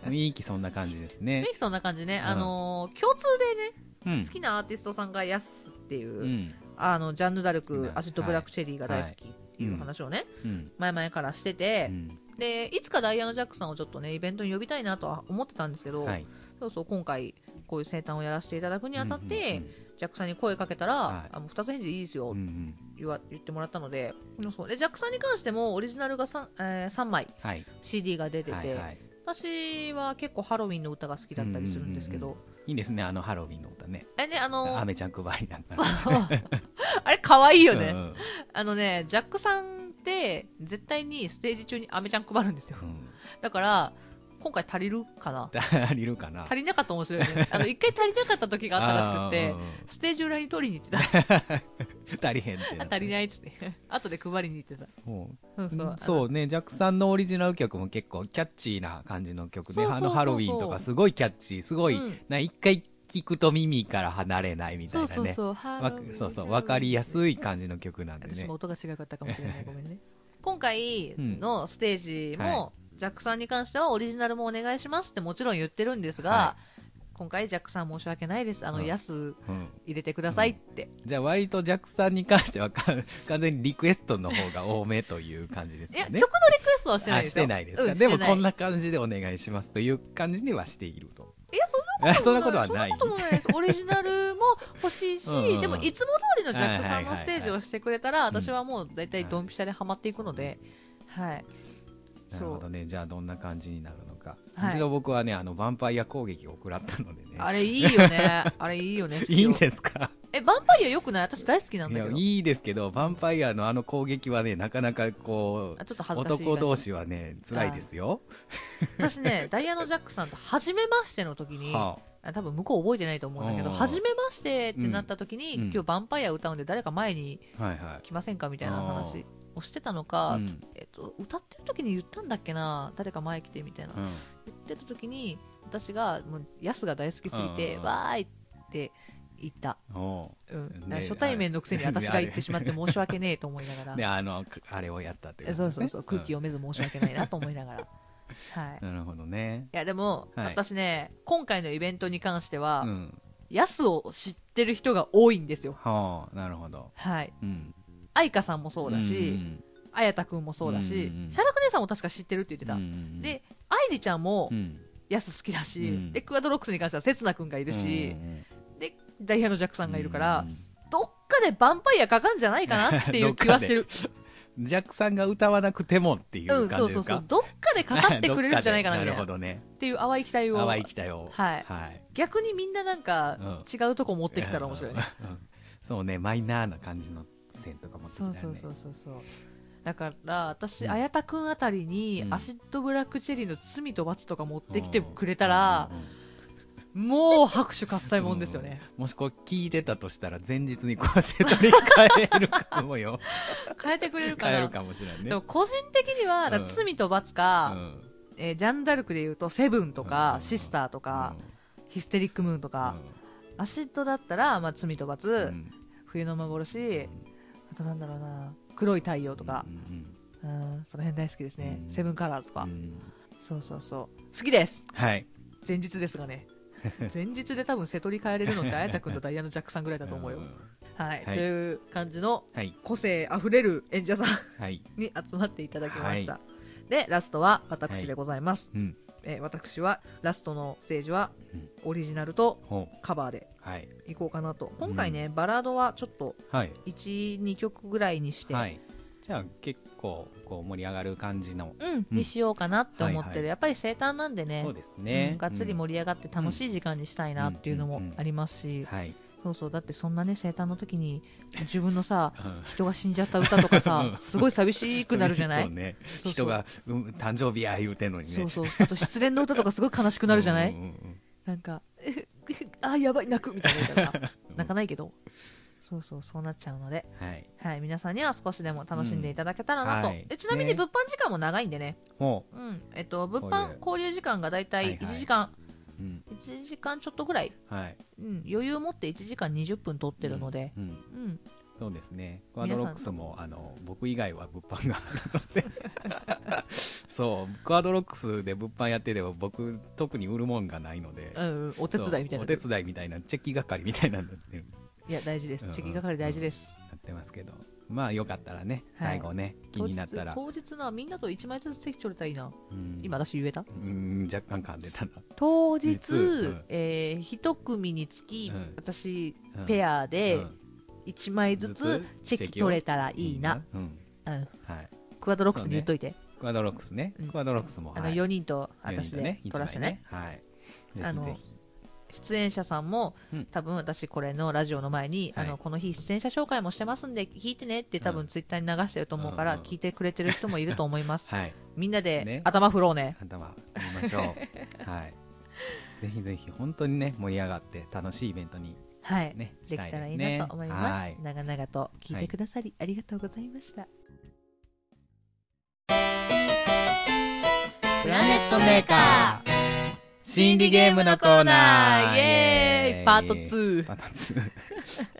B: 雰囲気そんな感じですね
A: メイキそんな感じね、
B: うん
A: あのー共通でね、
B: うん
A: 好きなアーティストさんがヤスっていう、
B: うん
A: あのジャンヌ・ダル
B: 好き
A: ク
B: な
A: アシッド・ブラック・チェリーが大好きっていう話をね、
B: うん
A: 前々からして
B: う
A: て、
B: ん
A: でいつかダイアナ・ジャックさんをちょっとねイベントに呼びたいなとは思ってたんですけど、
B: はい
A: そうそう今回こういう生誕をやらせていただくにあたって、
B: うんうん
A: ジャックさんに声かけたら、
B: はい
A: あもう二つ返事いいですよ
B: う
A: っ
B: んう
A: て
B: ん
A: 言わ、言ってもらったのでそうでジャックさんに関してもオリジナルが 3,、えー3枚
B: はい
A: CD が出てて、
B: はいはい
A: 私は結構ハロウィンの歌が好きだったりするんですけど、
B: うんいいですねあのハロウィンの歌ね
A: えねあの
B: アメちゃん配りなんか
A: あれ可愛いよ
B: う
A: ね。
B: ん
A: あのね、ジャックさんって絶対にステージ中にアメちゃん配るんですよ
B: う。ん <laughs>
A: だから、今回足りるかな
B: 足りるかな
A: 足りなかった面白いよ
B: <laughs>
A: ね。あの、一回足りなかった時があったらしくて、ステージ裏に取りに行ってた。 <laughs>
B: くて足りへんってな
A: 足りないっつって。後で配りに行ってた。
B: そう
A: そうそう。
B: そうねジャックさんのオリジナル曲も結構キャッチーな感じの曲
A: そ
B: で
A: うそう
B: あのハロウィーンとかすごいキャッチーすごい、
A: うん
B: な一回聞くと耳から離れないみ
A: あ
B: たい
A: の
B: な
A: そうそう
B: ね
A: そう。
B: わそうそう分かりやすい感じの曲なんで
A: 私
B: ね
A: も音が違かったかもしれない。ごめんね。今回のステージ
B: うん
A: も、ジャックさんに関してはオリジナルもお願いしますってもちろん言ってるんですが、
B: は
A: 今回ジャックさん申し訳ないです。あの、
B: うん
A: 安
B: うん、
A: 入れてくださいって。
B: じゃあ割とジャックさん <laughs> に関してはか完全にリクエストの方が多めという感じです
A: いや、
B: よね
A: 曲のリクエストはしてない
B: あ
A: で
B: し
A: すよ。
B: てないですか、
A: うん
B: でも
A: してない
B: こんな感じでお願いしますという感じにはしていると
A: いや、そん
B: あ
A: な
B: <laughs> そんなことはない
A: そんなこともないです。オリジナルも欲しいし、
B: うんうんうん
A: でもいつも通りのジャックさんのステージをしてくれたら、
B: いはいはい
A: 私はもう大体ドンピシャでハマっていくので、はい。
B: なる
A: そ
B: ほ
A: う
B: ど。ねじゃあどんな感じになるのか、
A: はい
B: 一度僕はねあのヴァンパイア攻撃を食らったのでね
A: あれいいよね。あれいいよね。好きよ
B: <laughs> いいんですか
A: え、ヴァンパイア良くない私大好きなん
B: い
A: だ
B: や
A: けど。
B: いいですけどヴァンパイアのあの攻撃はねなかなかこ
A: あ
B: う
A: ちょっと恥ずかしい。
B: 男同士はね辛いですよ、
A: 私ね、ダイアナ・ジャックさんと初めましての時に、
B: は
A: あ多分向こう覚えてないと思うんだけど、
B: うん
A: 初めましてってなった時に、
B: うん
A: 今日ヴァンパイア歌うんで誰か前に
B: あ、はいはい
A: 来ませんかみたいな話をしてたの
B: う
A: か、
B: ん
A: えっと、歌ってる時に言ったんだっけな誰か前来てみたいな、
B: うん
A: 言ってた時に私がもうヤスが大好きすぎて、
B: うん
A: わーいって言った、
B: お
A: うん、だ
B: ね
A: から初対面のくせに
B: あれ
A: 私が言ってしまって申し訳ねえと思いなが
B: う
A: ら、
B: <laughs> であのかあれをやったってこと、ね、
A: そうそうそう空気読
B: を、
A: めず申し訳ないなと思いながら、はい、い
B: なるほどね
A: やでも、
B: はい
A: 私ね今回のイベントに関して
B: う
A: は、
B: ん
A: ヤスを知ってる人が多いんですよ
B: はあなるほど
A: はい
B: うん
A: 愛花さんもそうだし、綾太くんもそうだし、
B: うんうん
A: シャラク姉さんも確か知ってるって言ってた。
B: で、
A: で、愛梨ちゃんも
B: う、ん
A: ヤス好きだし、
B: うん
A: で、クアドロックスに関しては、刹那くんがいるし、
B: うんうんうん
A: で、ダイヤのジャックさんがいるから、
B: うん
A: どっかでヴァンパイアかかんじゃないかなって
B: <laughs>
A: いう気はしてる。、
B: ジャックさんが歌わなくてもっていううん
A: そ
B: 感
A: う
B: じ
A: そ
B: で
A: う
B: す
A: そ
B: か
A: う。どっかでかかってくれるんじゃないかな、
B: <laughs>
A: みた
B: どっでないる
A: な。
B: ほ
A: っ
B: どね。
A: ていう淡い期待を。
B: 淡い期待を。
A: はい
B: はい。
A: 逆にみんななんか、違うとこ持ってきたら面白いね。
B: <laughs> うん。うんそうね、マイナーな感じの線とか持ってき
A: <laughs>
B: た
A: そ
B: ら
A: う
B: ね。
A: そうそうそうそう。だから、私、
B: うん
A: 綾田くんあたりに、
B: うん
A: アシッドブラックチェリーの罪と罰とか持ってきてくれたら
B: う、んうんうん
A: もう拍手喝采もんですよね。
B: もしこれ聞いてたとしたら前日にこうして取り替えるかも
A: <laughs>
B: よ
A: 変えてくれるか
B: 変え
A: な
B: る。かもしれないね
A: でも個人的には、だから罪と罰か、
B: うん
A: えージャンダルクで言うと、セブンと
B: うんうん
A: か、
B: うん
A: シスターとか、
B: うん
A: ヒステリックムーンとか、アシッドだったら、まあ、罪と罰、
B: うんうん
A: 冬の幻、あとなんだろうな、黒い太陽とか
B: う、んうん
A: うん、その辺大好きですね。
B: うん
A: セブンカラーズと
B: う
A: か、
B: ん
A: そうそうそう。好きです
B: はい
A: 前日ですがね。 <laughs> 前日で多分瀬戸に変えれるのって、あやたくんとダイヤのジャックさんぐらいだと思うよ。
B: ん
A: はい。
B: はい
A: という感じの、
B: はい
A: 個性あふれる演者さん
B: はい
A: に集まっていただきました。で、ラストは私でございます。
B: うん
A: えー私はラストのステージは
B: うん
A: オリジナルと
B: ほう
A: カバーで
B: はい
A: いこうかなと今回ね、バラードはちょっと
B: はい
A: 12曲ぐらいにして、
B: はいじゃあ結構こう盛り上がる感じの
A: うん、
B: うん
A: にしようかなって思ってる、
B: はいはい
A: やっぱり生誕なんでね
B: そうですね
A: うんがっつり盛り上がって楽しい時間にしたいなっていうの
B: う
A: も
B: んうんうん
A: ありますし、
B: りはい
A: そうそうだってそんなね生誕の時に自分のさ
B: うん
A: 人が死んじゃった歌とかさ
B: うん
A: すごい寂しくなるじゃな
B: そう
A: い
B: ね
A: そう
B: 人がうん誕生日や言うてんのにね
A: そうそうあと失恋の歌とかすごい悲しくなるじゃない
B: うんうん
A: なんか、 <laughs> あ、やばい、泣くみたいな歌
B: <laughs>
A: が泣かないけど、そうそう、そうなっちゃうので、
B: うんはい
A: はい、皆さんには少しでも楽しんでいただけたらなと。
B: うんはい
A: えちなみに
B: ね
A: 物販時間も長いんでね、
B: ほ
A: うん、えっと、物
B: 交
A: 販
B: 流
A: 交流時間がだいた
B: はいいはい
A: 1時間、
B: ううん
A: 1時間ちょっとぐらい、
B: はい
A: うん、余裕を持って1時間20分取ってるので、
B: うん
A: うん、
B: そうですね。ク
A: 皆さ
B: ア
A: ん
B: ドロックスも、あの、僕以外は物販があるの
A: <laughs>
B: で。そう、クアドロックスで物販やってれば、僕、特に売るもんがないので。
A: うんうんお手伝いみたい
B: そう
A: な。
B: お手伝いみたいな、チェキ係みたいなのって
A: いや、大事です。
B: うんうん
A: チェキ係大事です。
B: なってますけど。まあ、よかったらね、
A: はい
B: 最後ね、気になったら。
A: 当日当日な、みんなと1枚ずつ席取れたらいいな。
B: うん
A: 今、私言えた
B: うん、若干噛んでたな。
A: 当日
B: 実、うん
A: えー一組につき、
B: うん
A: 私、ペ
B: ア
A: アで1枚ずつ
B: ず
A: チ
B: つ
A: ェキ取れたらいいな。。
B: うんうん。
A: うん
B: はい。
A: クアドロックスに言っといて。
B: クアドロックスね
A: うん。
B: クアドロックスも。
A: あの、
B: はい
A: 4人と
B: 四
A: 私
B: 人と
A: で取らせてね。。
B: 一枚はい。ぜひ
A: あの
B: ぜひ
A: 出演者さんも
B: うん、
A: 多分私これのラジオの前に、
B: はい
A: あの、この日出演者紹介もしてますんで、聞いてねって多
B: う
A: 分
B: ん
A: ツイッターに流してると思うか
B: う
A: ら、
B: んうん
A: 聞いてくれてる人もいると思い
B: <laughs>
A: ます。
B: はい。
A: みんなで
B: ね
A: 頭振ろうね。
B: 頭見
A: <laughs>
B: ましょうはいぜひぜひ本当にね盛り上がって楽しいイベントに
A: はい。
B: ねし
A: で
B: た
A: き
B: い
A: た
B: で
A: ら
B: す
A: いい
B: ね
A: なと思いま
B: は
A: す。長々と聞いてくださり、ありがとうございました。プラネットメーカー
B: 心理ゲームのコーナー
A: イエーイパート2
B: パート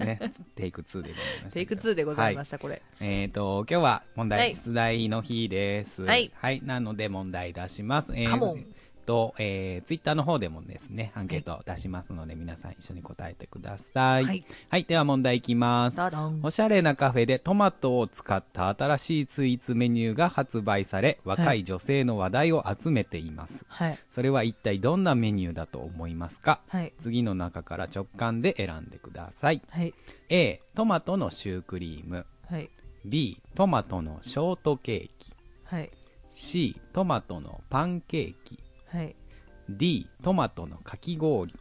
B: 2ねテイク2でございました
A: テイク2でございま
B: し
A: した、これ。
B: た、はいえっ、と今日は問題、
A: はい
B: 出題の日です
A: はい
B: なので問題出しますえー
A: カモン
B: とえー、ツイッターの方でもですねアンケート出しますので、皆さん一緒に答えてください
A: はい、
B: はい、では問題いきます
A: ダダン
B: おしゃれなカフェでトマトを使った新しいスイーツメニューが発売され、若い女性の話題を集めています。
A: はい。
B: それは一体どんなメニューだと思いますか
A: はい。
B: 次の中から直感で選んでください。
A: はい。
B: A、トマトのシュークリーム。
A: はい。
B: B、トマトのショートケーキ。
A: はい。
B: C、トマトのパンケーキ。
A: はい。
B: D、トマトのかき氷。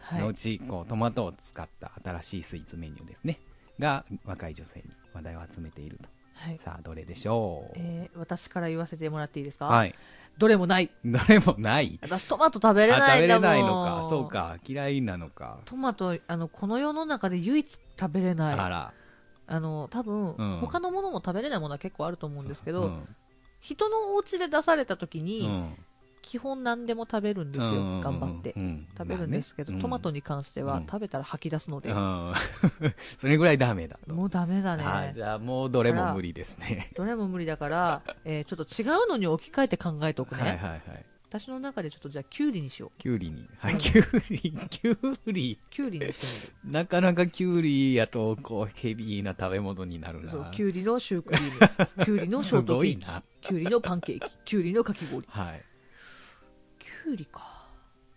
A: はい
B: のう。ちこうトマトを使った新しいスイーツメニューですね。が若い女性に話題を集めていると。
A: はい
B: さあ、どれでしょう
A: えー私から言わせてもらっていいですか
B: はい。
A: どれもない。
B: どれもない。
A: 私トマト食べれ
B: あ
A: な
B: 食
A: い
B: べ
A: んだも
B: れ
A: ん。
B: ないのか。そう。か。嫌いなのか。
A: トマト、あの、この世の中で唯一食べれない。
B: あら。
A: あの多分、
B: うん
A: 他のものも食べれないものは結構あると思うんですけど、
B: うん
A: 人のお家で出された時
B: う
A: に、
B: ん
A: 基本何でも食べるんですよ、
B: うん
A: 頑張って、
B: うん
A: 食べるんですけど、
B: まあね
A: トマトに関しては、
B: うん
A: 食べたら吐き出すので、
B: うん。 <laughs> それぐらいダメだと。
A: もうダメだ
B: あ
A: ね
B: じゃあもうどれも無理ですね。
A: どれも無理だから、えーちょっと違うのに置き換えて考えておくね、
B: はいはいはい。
A: 私の中でちょっとじゃあキュウリにしよ
B: きゅう <laughs> りに、はい、きゅうりきゅうり
A: うキュウリにして
B: なかなかきゅうりやとこうヘビーな食べ物になる
A: み
B: な
A: るそうキュウリのシュークリー
B: <laughs>
A: ムキュウリのショー
B: す
A: ト
B: ご
A: ケ
B: い
A: ーキ
B: な
A: キュウリのパンケーキキュウリのかき氷
B: はい
A: キュウリか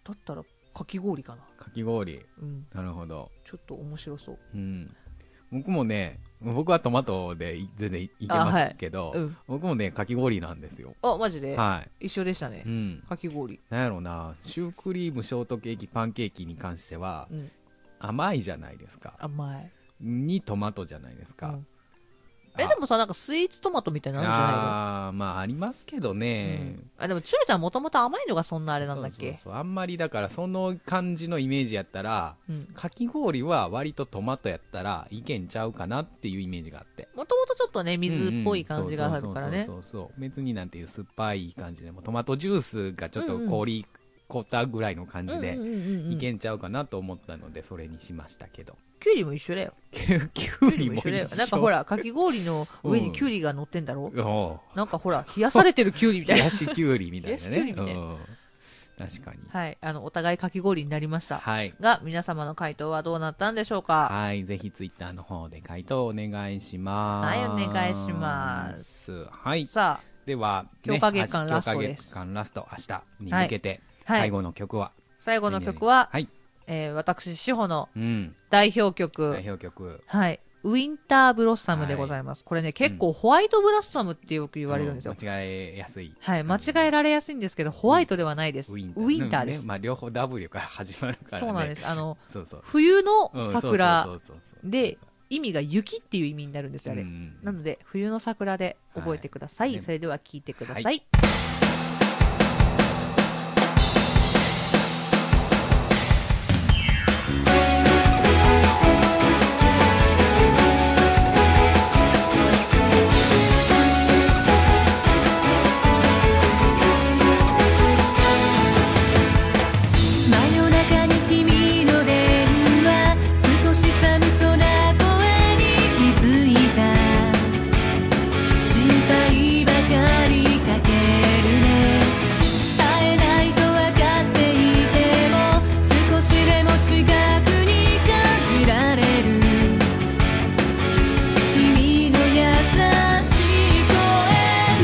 A: だったらかき氷かな
B: かき氷
A: うん
B: なるほど
A: ちょっと面白そう
B: うん僕もね僕はトマトでい全然いいけま
A: あは
B: す
A: い
B: けど、
A: うん
B: 僕もねかき氷なんですよ
A: あマジで
B: は
A: 一緒でしたね
B: い、うん、
A: かき氷
B: なんやろうなシュークリームショートケーキパンケーキに関しては
A: うん
B: 甘いじゃないですか
A: 甘い
B: にトマトじゃないです
A: う
B: か、
A: んえでもさなんかスイーツトマトみたいなのあるじゃないの
B: ああーまあありますけどね、
A: うんあでもチュルちゃんもともと甘いのがそんなあれなんだっ
B: そうそう
A: け
B: そうあんまりだからその感じのイメージやったら
A: うん
B: かき氷は割とトマトやったらいけんちゃうかなっていうイメージがあって
A: もともとちょっとね水っぽい感じがあるからね
B: うんうんそうそうそうそうそう別になんていう酸っぱい感じでもトマトジュースがちょっと氷凍ったぐらいの感じ
A: う
B: で
A: んうんうんうん
B: いけんちゃうかなと思ったのでそれにしましたけど
A: キュウリも一緒だよ
B: きゅ
A: キ
B: きゅう
A: ュウリ
B: り
A: も
B: も
A: 一緒だよ
B: 一緒
A: なんかほらかき氷の上にキュウリが乗ってんだろ、
B: おう
A: なんかほら冷やされてるキュウリみた
B: 冷
A: いな
B: やしきゅうりみた
A: 冷
B: いな
A: やしきゅうり
B: ね
A: みたいな
B: うん確かに
A: <laughs> はいあのお互いかき氷になりました
B: はい
A: が皆様の回答はどうなったんでしょうか
B: はい、ぜひツイッターの方で回答をお願いします。。
A: はいお願いします
B: はい、
A: さあ
B: では、
A: 強化月間
B: ね
A: ラストです
B: 強化月間ラスト、明日に向けて、
A: はい
B: 最後の曲は、
A: 最後の曲は、
B: はい、
A: えー私志保の
B: うん、
A: 代表曲
B: 代表曲。
A: はいウィンターブロッサムでございます、これね結構ホワイトブロッサムってよく言われるんですよ、
B: う間違えやすい。
A: はい、間違えられやすいんですけど、ホワイトではないです。ウ
B: ウィ
A: ィン
B: ンタ
A: タ
B: ー。
A: ーです。
B: ねまあ、両方 W から始まるからね。
A: そうなんです。あの、
B: そうそう。
A: 冬の
B: うん
A: 桜、、で
B: そうそうそうそう
A: 意味が雪っていう意味になるんですよ、あれ
B: う。ん
A: なので、冬の桜で覚えてください。
B: はい
A: それでは聞いてください。
B: は
C: 「真夜中に君の電話」「少し寒そうな声に気づいた」「心配ばかりかけるね」「会えないとわかっていても」「少しでも近くに感じられる」「君の優しい声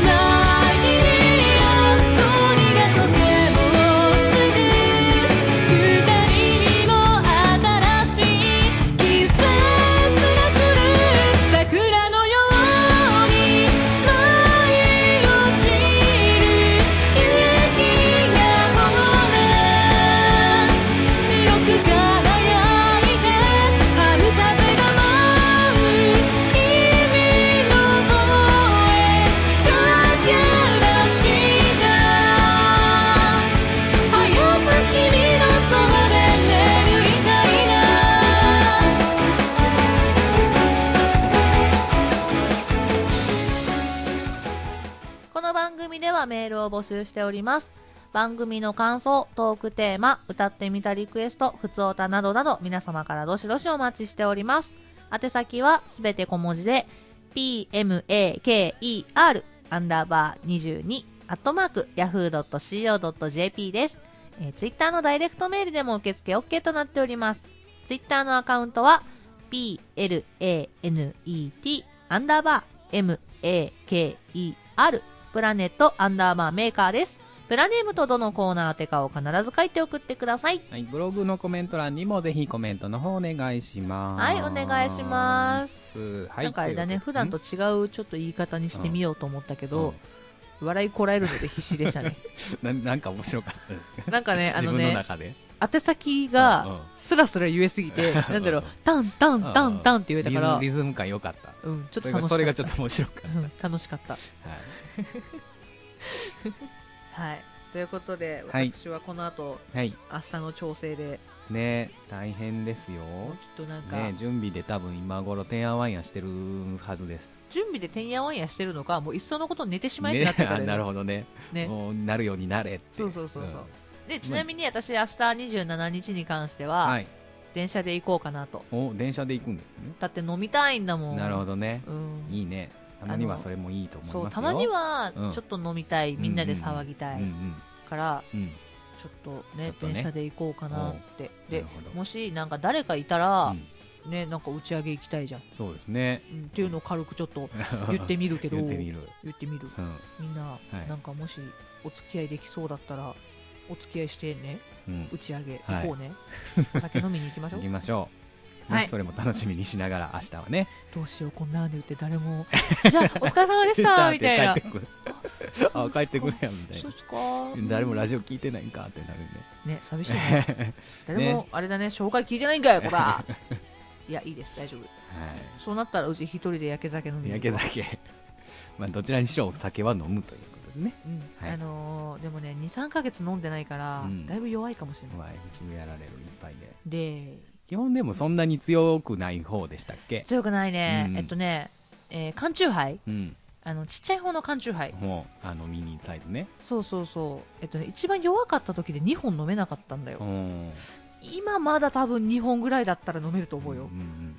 C: ないによ」「恋がとてもすぐ」「二人にも新しい季節が来る」「桜のように舞い落ちる雪がほら」「白く輝いて春風が舞う」「君の方へ駆け出した」「早く君のそばで眠りたいな」
A: この番組ではメールを募集しております。番組の感想、トークテーマ、歌ってみたリクエスト、ふつおたなどなど皆様からどしどしお待ちしております。宛先はすべて小文字で、pmaker アンダーバー22アットマーク yahoo.co.jp です。えー、ツイッターのダイレクトメールでも受付 OK となっております。ツイッターのアカウントは、planet アンダーバー maker プラネットアンダーバーメーカーです。プラネームとどのコーナーてかを必ず書いて送ってください。
B: はい、ブログのコメント欄にもぜひコメントの方お願いします。。
A: はいお願いします
B: はい、
A: なんかあれだね、
B: とい
A: 普
B: うことで
A: 段と違うちょっと言い方にしてみようと思ったけど、笑いこらえるので必死でしたね。
B: ななんか面白かったですね。
A: <laughs> なんかね、あ
B: <laughs> 自
A: の
B: 分の
A: ね、
B: 中で。
A: 宛先
B: うんうん
A: がスラスラ言えすぎて、なんだろう、タンタンタンタンって言えた
B: リ
A: か
B: ズ
A: ら、
B: リズム感良かった。
A: うん、ちょっ
B: そ
A: と
B: れが
A: 楽しかっ
B: それがちょ
A: た
B: っ。と面白かっ
A: うん楽しかった。
B: た。はい
A: はい。ということで、
B: はい
A: 私はこの後、
B: はい。
A: 明日の調整で、
B: ね大変ですよ。
A: もうきっとなんか、
B: ね準備で多分今頃てんやわんやしてるはずです。
A: 準備でてんやわんやしてるのか、もういっそのこと寝てしまえって
B: ね
A: なってた
B: あ
A: よ
B: なるほどね。
A: ね。
B: もうなるようになれって。
A: そうそうそうそうんでちなみに私、明日27日に関しては、
B: はい。
A: 電車で行こうかなと。
B: お電車で行くんです
A: だって飲みたいんだも
B: ね。
A: ん。
B: なるほどね。
A: うん、
B: いいね。たまには
A: あの
B: それもいいと思います
A: そ
B: よ。
A: うたまには
B: うん
A: ちょっと飲みたい、みんなで騒ぎたい、
B: うんうん。
A: から
B: うん
A: ちょっとね
B: ちょっとね
A: 電車で行こうかなって
B: お
A: で
B: なるほど
A: もしなんか誰かいた
B: う
A: ら、
B: ん
A: ねなんか打ち上げ行きたいじゃん、
B: そうですね
A: うんっていうのを軽くちょっと言ってみるけど
B: <laughs> 言ってみる、
A: 言ってみる
B: うん
A: みんな、
B: い
A: なんかもしお付き合いできそうだったらお付き合いしてね
B: うん、
A: 打ち上げ
B: はい
A: 行こうね、お酒飲みに行きましょ
B: 行
A: う
B: きましょう、ね
A: はい
B: それも楽しみにしながら明日はね
A: どうしようこんなんで言って誰
B: <laughs>
A: もじゃあお疲れ様でしたみたいな
B: 帰ってくる <laughs> あ帰ってくるやんみたい
A: そ
B: な
A: うっすか
B: 誰もラジオ聞いてないんかってなる
A: ね寂しいね
B: んで、 <laughs> はい、
A: 誰もあれだね紹介聞いてないんかよこ
B: <laughs>
A: らいやいいです大丈夫そうなったらうち一人で焼け酒飲みに
B: 焼
A: 行
B: け
A: こ
B: 酒 <laughs> まあどちらにしろお酒は飲むということでね
A: ううん
B: はい
A: あのーでもね23か月飲んでないから、
B: うん
A: だいぶ弱いかもしれない、
B: まあいつもやられる一杯で
A: で
B: 基本でもそんなに強くない方でしたっけ
A: 強くないね、
B: うん
A: えっとね、えー缶チューハイ
B: うん
A: あのちっちゃい方の缶チューハイ
B: もうあのミニサイズね
A: そうそうそうえっとね一番弱かった時で2本飲めなかったんだよ
B: ん
A: 今まだ多分2本ぐらいだったら飲めると思うよ、
B: うんうんうん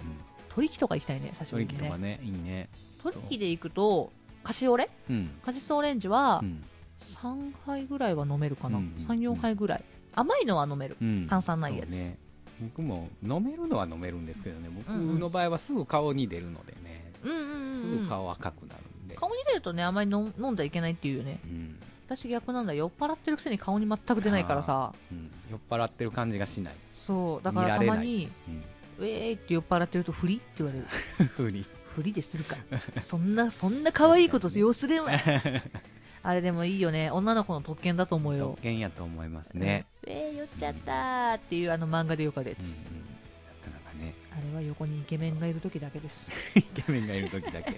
A: 取引とか行きたいね久しぶ
B: 取
A: り
B: 引
A: に
B: とか
A: ね
B: ねいいね
A: 取引で行くとカシオレ
B: うん
A: カシスオレンジは
B: うん
A: 3杯ぐらいは飲めるかな、
B: うん
A: 34杯ぐらい甘いのは飲める
B: うん
A: 炭酸ないやつ
B: そうね僕も飲めるのは飲めるんですけどね僕
A: うんうん
B: の場合はすぐ顔に出るのでね、
A: うんうんうん、
B: すぐ顔赤くなるんで、
A: 顔に出るとねあまり飲飲んだらいけないっていうよね
B: うん
A: 私逆なんだ酔っ払ってるくせに顔に全く出ないからさ
B: うん酔っ払ってる感じがしない、
A: そうだからた
B: 見ら
A: ま
B: れない
A: に「ウェーイ!」って酔っ払ってると「振り?」って言われ
B: <laughs>
A: る
B: うん、ふうに
A: 振りでするかそんなそんな可愛いこと要す
B: <laughs>
A: るわあれでもいいよね女の子の特権だと思うよ
B: 特権やと思いますね、
A: 「えー、酔っちゃった」っていうあの漫画でよくあるや
B: うんう
A: つ、
B: んなかなかね
A: あれは横にイケメンがいる時だけです
B: イケメンがいる時だ
A: <laughs>
B: けイ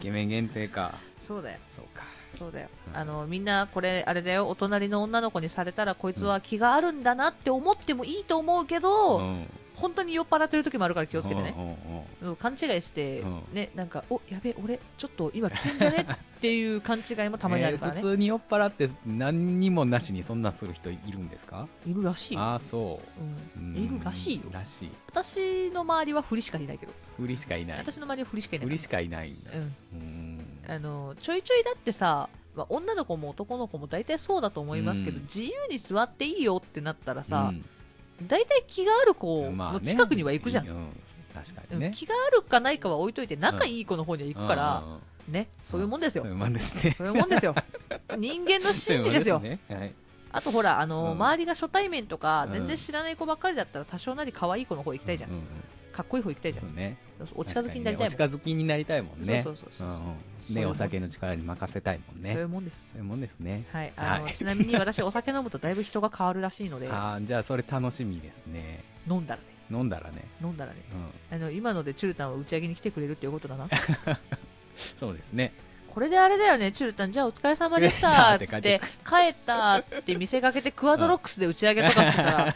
B: ケメン限定か
A: そうだよ
B: そうか
A: そうだよ、
B: うん
A: あのみんなこれあれだよお隣の女の子にされたらこいつは気があるんだなって思ってもいいと思うけど、
B: ん、
A: 本当に酔っ払ってる時もあるから気をつけてね、
B: うんうんうん
A: うん勘違いして、
B: うん
A: ねなんかおやべ俺ちょっと今危険じゃねっていう勘違いもたまにあるから
B: <laughs> え
A: ね
B: ー、普通に酔っ払って何にもなしにそんなする人いるんですか
A: いるらしいよ、
B: ああそうう、うん
A: ん、いるらしいよ
B: らしい
A: 私の周りは振りしかいないけど、
B: ふりしかいない
A: 私の周りは振りしかいない
B: ふりしかいないんだ
A: うん、
B: うん
A: あのちょいちょいだってさ、まあ、女の子も男の子も大体そうだと思いますけど、
B: うん
A: 自由に座っていいよってなったらさ
B: う、ん
A: 大体気がある子
B: まあ
A: の
B: ね
A: 近くには行くじゃん、
B: うん確か
A: うん
B: にね
A: 気があるかないかは置いといて仲いい子の方には行くから、
B: うんうんうん
A: ね、そういうもんですよ、
B: そういうもんですね
A: そういうもんですよ人間の心理ですよ
B: そういうもんねはい
A: あとほら、あの
B: うん
A: 周りが初対面とか
B: うん
A: 全然知らない子ばっかりだったら多少なり可愛い子の方行きたいじゃん、
B: うんうん
A: かっこいい方行きたいじゃ
B: そ
A: ん
B: うね
A: お近づきになりたいもん、
B: 確かにねお近づきになりたいもんね
A: そうそうそうそう
B: うんうん
A: そういう
B: ね
A: もん
B: お酒の力に任せたいもん
A: そうい
B: ね
A: うもんです
B: そういうもんですね
A: はい、あの、
B: はい
A: ちなみに私お酒飲むとだいぶ人が変わるらしいので、
B: ああじゃあそれ楽しみですね
A: 飲んだらね、
B: 飲んだらね
A: 飲んだらね。
B: うん
A: あの、今のでチュルタンは打ち上げに来てくれるっていうことだ
B: <laughs>
A: な。
B: そうですね
A: これであれだよね、チュルタン、じゃあお疲れ様
B: <laughs>
A: でし
B: よっし
A: た
B: ゃー
A: っ
B: って
A: つ
B: 帰
A: っ
B: ってて、
A: 帰ったって見せかけてクアドロックスで打ち上げとかしてたら、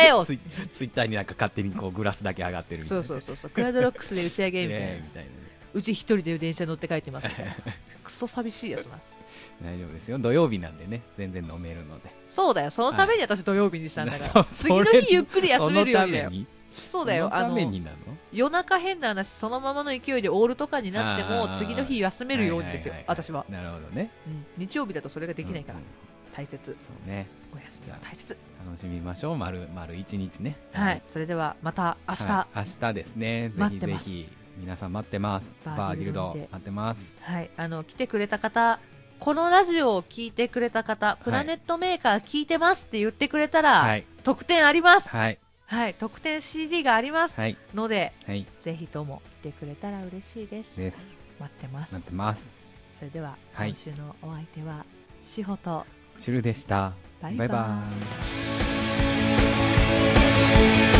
A: 誘えよ
B: ツイツイッターになんか勝手にこうグラスだけ上がってるみたい
A: そう
B: な
A: そううそうそう、クアドロックスで打ち上げみたいな。
B: ねみたいなね
A: うち一人で電車乗って帰ってますみたいなさ。クソ寂しいやつな。
B: 大丈夫ですよ土曜日なんでね全然飲めるので
A: そうだよ、そのために私土曜日にしたんだから。次
B: <laughs> そ
A: の
B: れ
A: 日ゆっくり休めるようにだよ
B: そのため。に
A: そうだよ、
B: その
A: あ
B: た
A: の
B: め、になの
A: 夜中変な話そのままの勢いでオールとかになって
B: あ
A: も
B: ー
A: 次の日休めるようにですよ
B: いいいい
A: 私は、
B: なるほどね
A: うん日曜日だとそれができないから
B: うんうん
A: 大切
B: そうね
A: お休みは大切
B: 楽しみましょう丸丸一日ね
A: はいそれではまた明日は
B: はい明日ですねぜ
A: 待っ
B: ひ
A: て
B: ぜ
A: ます
B: ひ皆さん待ってます
A: バ
B: バ
A: ー
B: ー
A: ギ
B: ギ
A: ル
B: ル
A: ド
B: ド
A: で
B: 待ってます
A: い、あの来てくれた方このラジオを聞いてくれた方、プラネットメーカー聞いてますって言ってくれたら、
B: はい
A: 特典あります。はい、
B: はい
A: 特典 CD があります
B: はい
A: ので、
B: はい
A: ぜひとも来てくれたら嬉しいです。
B: です
A: 待ってま
B: 待っ
A: す
B: て。ます
A: それでは、
B: はい
A: 今週のお相手は、しほと、
B: チュルでした
A: バイバイ
B: バイバイ